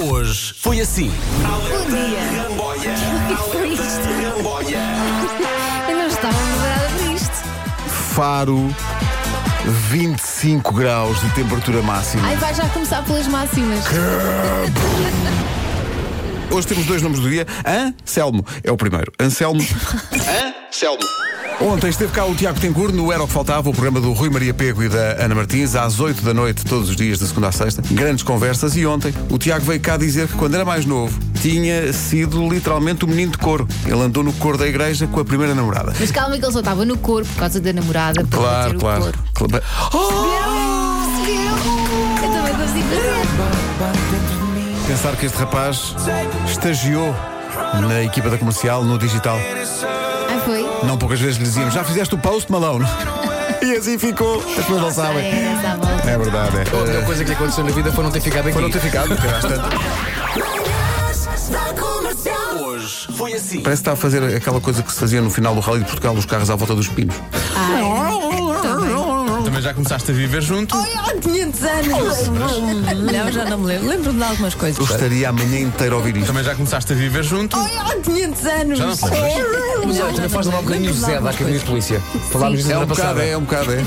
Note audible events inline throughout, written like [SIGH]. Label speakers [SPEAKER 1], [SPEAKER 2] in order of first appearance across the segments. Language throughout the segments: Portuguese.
[SPEAKER 1] hoje foi assim.
[SPEAKER 2] Bom dia!
[SPEAKER 1] Ramboia,
[SPEAKER 2] [LAUGHS] O que foi isto?
[SPEAKER 1] Ramboia.
[SPEAKER 2] Eu não estava preparada para isto.
[SPEAKER 3] Faro, 25 graus de temperatura máxima.
[SPEAKER 2] Ai, vai já começar pelas máximas.
[SPEAKER 3] Hoje temos dois nomes do dia. Anselmo é o primeiro. Anselmo. Anselmo. Ontem esteve cá o Tiago Tencourt no Era o que Faltava, o programa do Rui Maria Pego e da Ana Martins, às 8 da noite, todos os dias, da segunda à sexta. Grandes conversas. E ontem o Tiago veio cá dizer que, quando era mais novo, tinha sido literalmente o menino de couro. Ele andou no coro da igreja com a primeira namorada.
[SPEAKER 2] Mas calma que ele só estava no corpo por causa da namorada. por
[SPEAKER 3] Claro,
[SPEAKER 2] ter o
[SPEAKER 3] claro.
[SPEAKER 2] corpo.
[SPEAKER 3] claro.
[SPEAKER 2] Eu também consigo fazer.
[SPEAKER 3] Pensar que este rapaz estagiou na equipa da comercial, no digital.
[SPEAKER 2] Ai, foi?
[SPEAKER 3] Não poucas vezes lhe dizíamos, já fizeste o post, Malone? e assim ficou. As pessoas não sabem.
[SPEAKER 2] Ai, era essa a volta.
[SPEAKER 3] É verdade, é.
[SPEAKER 4] A melhor coisa que lhe aconteceu na vida foi não ter ficado aqui.
[SPEAKER 3] Foi não ter ficado, que era bastante.
[SPEAKER 1] Hoje foi assim.
[SPEAKER 3] Parece que está a fazer aquela coisa que se fazia no final do Rally de Portugal, os carros à volta dos pinos.
[SPEAKER 5] Também já começaste a viver junto.
[SPEAKER 2] Há 500 anos! Não, já não me lembro. Lembro-me de algumas
[SPEAKER 3] Eu
[SPEAKER 2] coisas.
[SPEAKER 3] estaria a manhã inteira a ouvir isto.
[SPEAKER 5] Também já começaste a viver junto.
[SPEAKER 2] Há 500 anos!
[SPEAKER 5] Já não sabes.
[SPEAKER 2] Já,
[SPEAKER 4] Também faz lembrar um bocadinho o Zé da Academia de Polícia. Falámos disso
[SPEAKER 3] É
[SPEAKER 4] na
[SPEAKER 3] um
[SPEAKER 4] semana
[SPEAKER 3] bocado,
[SPEAKER 4] passada.
[SPEAKER 3] é, é um bocado, é.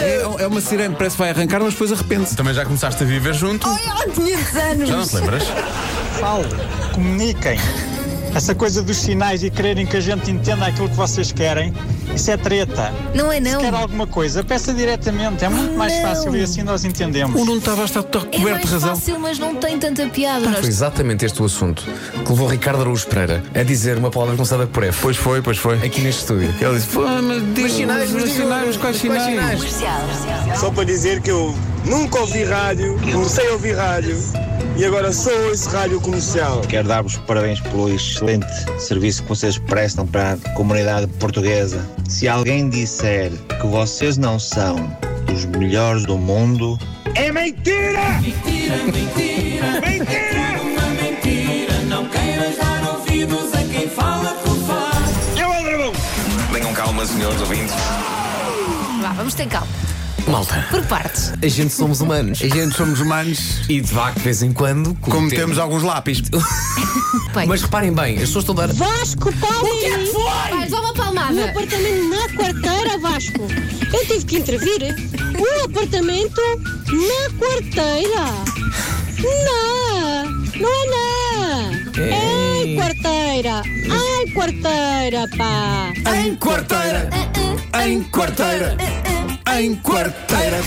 [SPEAKER 3] É, é uma sirene, parece que vai arrancar, mas depois arrepende-se.
[SPEAKER 5] Também já começaste a viver junto.
[SPEAKER 2] Há 500 anos!
[SPEAKER 5] Já não te lembras?
[SPEAKER 6] falem, comuniquem. Essa coisa dos sinais e quererem que a gente entenda aquilo que vocês querem, isso é treta.
[SPEAKER 2] Não é
[SPEAKER 6] Se quer
[SPEAKER 2] não?
[SPEAKER 6] alguma coisa, peça diretamente, é muito mais
[SPEAKER 2] Não.
[SPEAKER 6] fácil e assim nós entendemos.
[SPEAKER 3] O Nuno Um estava a estar todo
[SPEAKER 2] É
[SPEAKER 3] coberto
[SPEAKER 2] mais
[SPEAKER 3] de razão.
[SPEAKER 2] fácil, mas não tem tanta piada.
[SPEAKER 4] Foi
[SPEAKER 2] Nós
[SPEAKER 4] exatamente este o assunto que levou Ricardo Araújo Pereira a dizer uma palavra começada por F.
[SPEAKER 3] Pois foi, pois foi.
[SPEAKER 4] Aqui neste estúdio.
[SPEAKER 3] Ele disse: Pô, mas diz,
[SPEAKER 4] sinais,
[SPEAKER 3] mas
[SPEAKER 4] mas diga,
[SPEAKER 3] sinais, mas quais
[SPEAKER 4] quais
[SPEAKER 3] sinais?
[SPEAKER 7] Só para dizer que eu nunca ouvi rádio, comecei a ouvir rádio e agora sou esse rádio comercial.
[SPEAKER 8] Quero dar-vos parabéns pelo excelente serviço que vocês prestam para a comunidade portuguesa. Se alguém disser que vocês não são os melhores do mundo, é mentira!
[SPEAKER 1] Tenham calma, senhores ouvintes.
[SPEAKER 2] Vá, vamos ter calma.
[SPEAKER 4] Malta,
[SPEAKER 2] Por partes.
[SPEAKER 4] a gente somos humanos.
[SPEAKER 3] E gente, somos humanos,
[SPEAKER 4] E de vá, de vez em quando.
[SPEAKER 3] cometemos alguns lápis.
[SPEAKER 2] Bem,
[SPEAKER 4] Mas reparem bem, as pessoas estão a dar.
[SPEAKER 9] Vasco, calma aí.
[SPEAKER 2] vai, só uma
[SPEAKER 9] Um
[SPEAKER 2] palmada.
[SPEAKER 9] apartamento na quarteira, Vasco. Eu tive que intervir. Um apartamento na quarteira. Não, não é não. Ei, quarteira. Ai, quarteira, pá.
[SPEAKER 3] Em quarteira! Em quarteira! Em quarteira!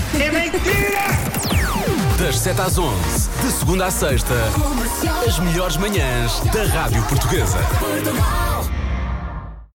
[SPEAKER 1] Das 7 às 11, de segunda à sexta, as melhores manhãs da Rádio Portuguesa.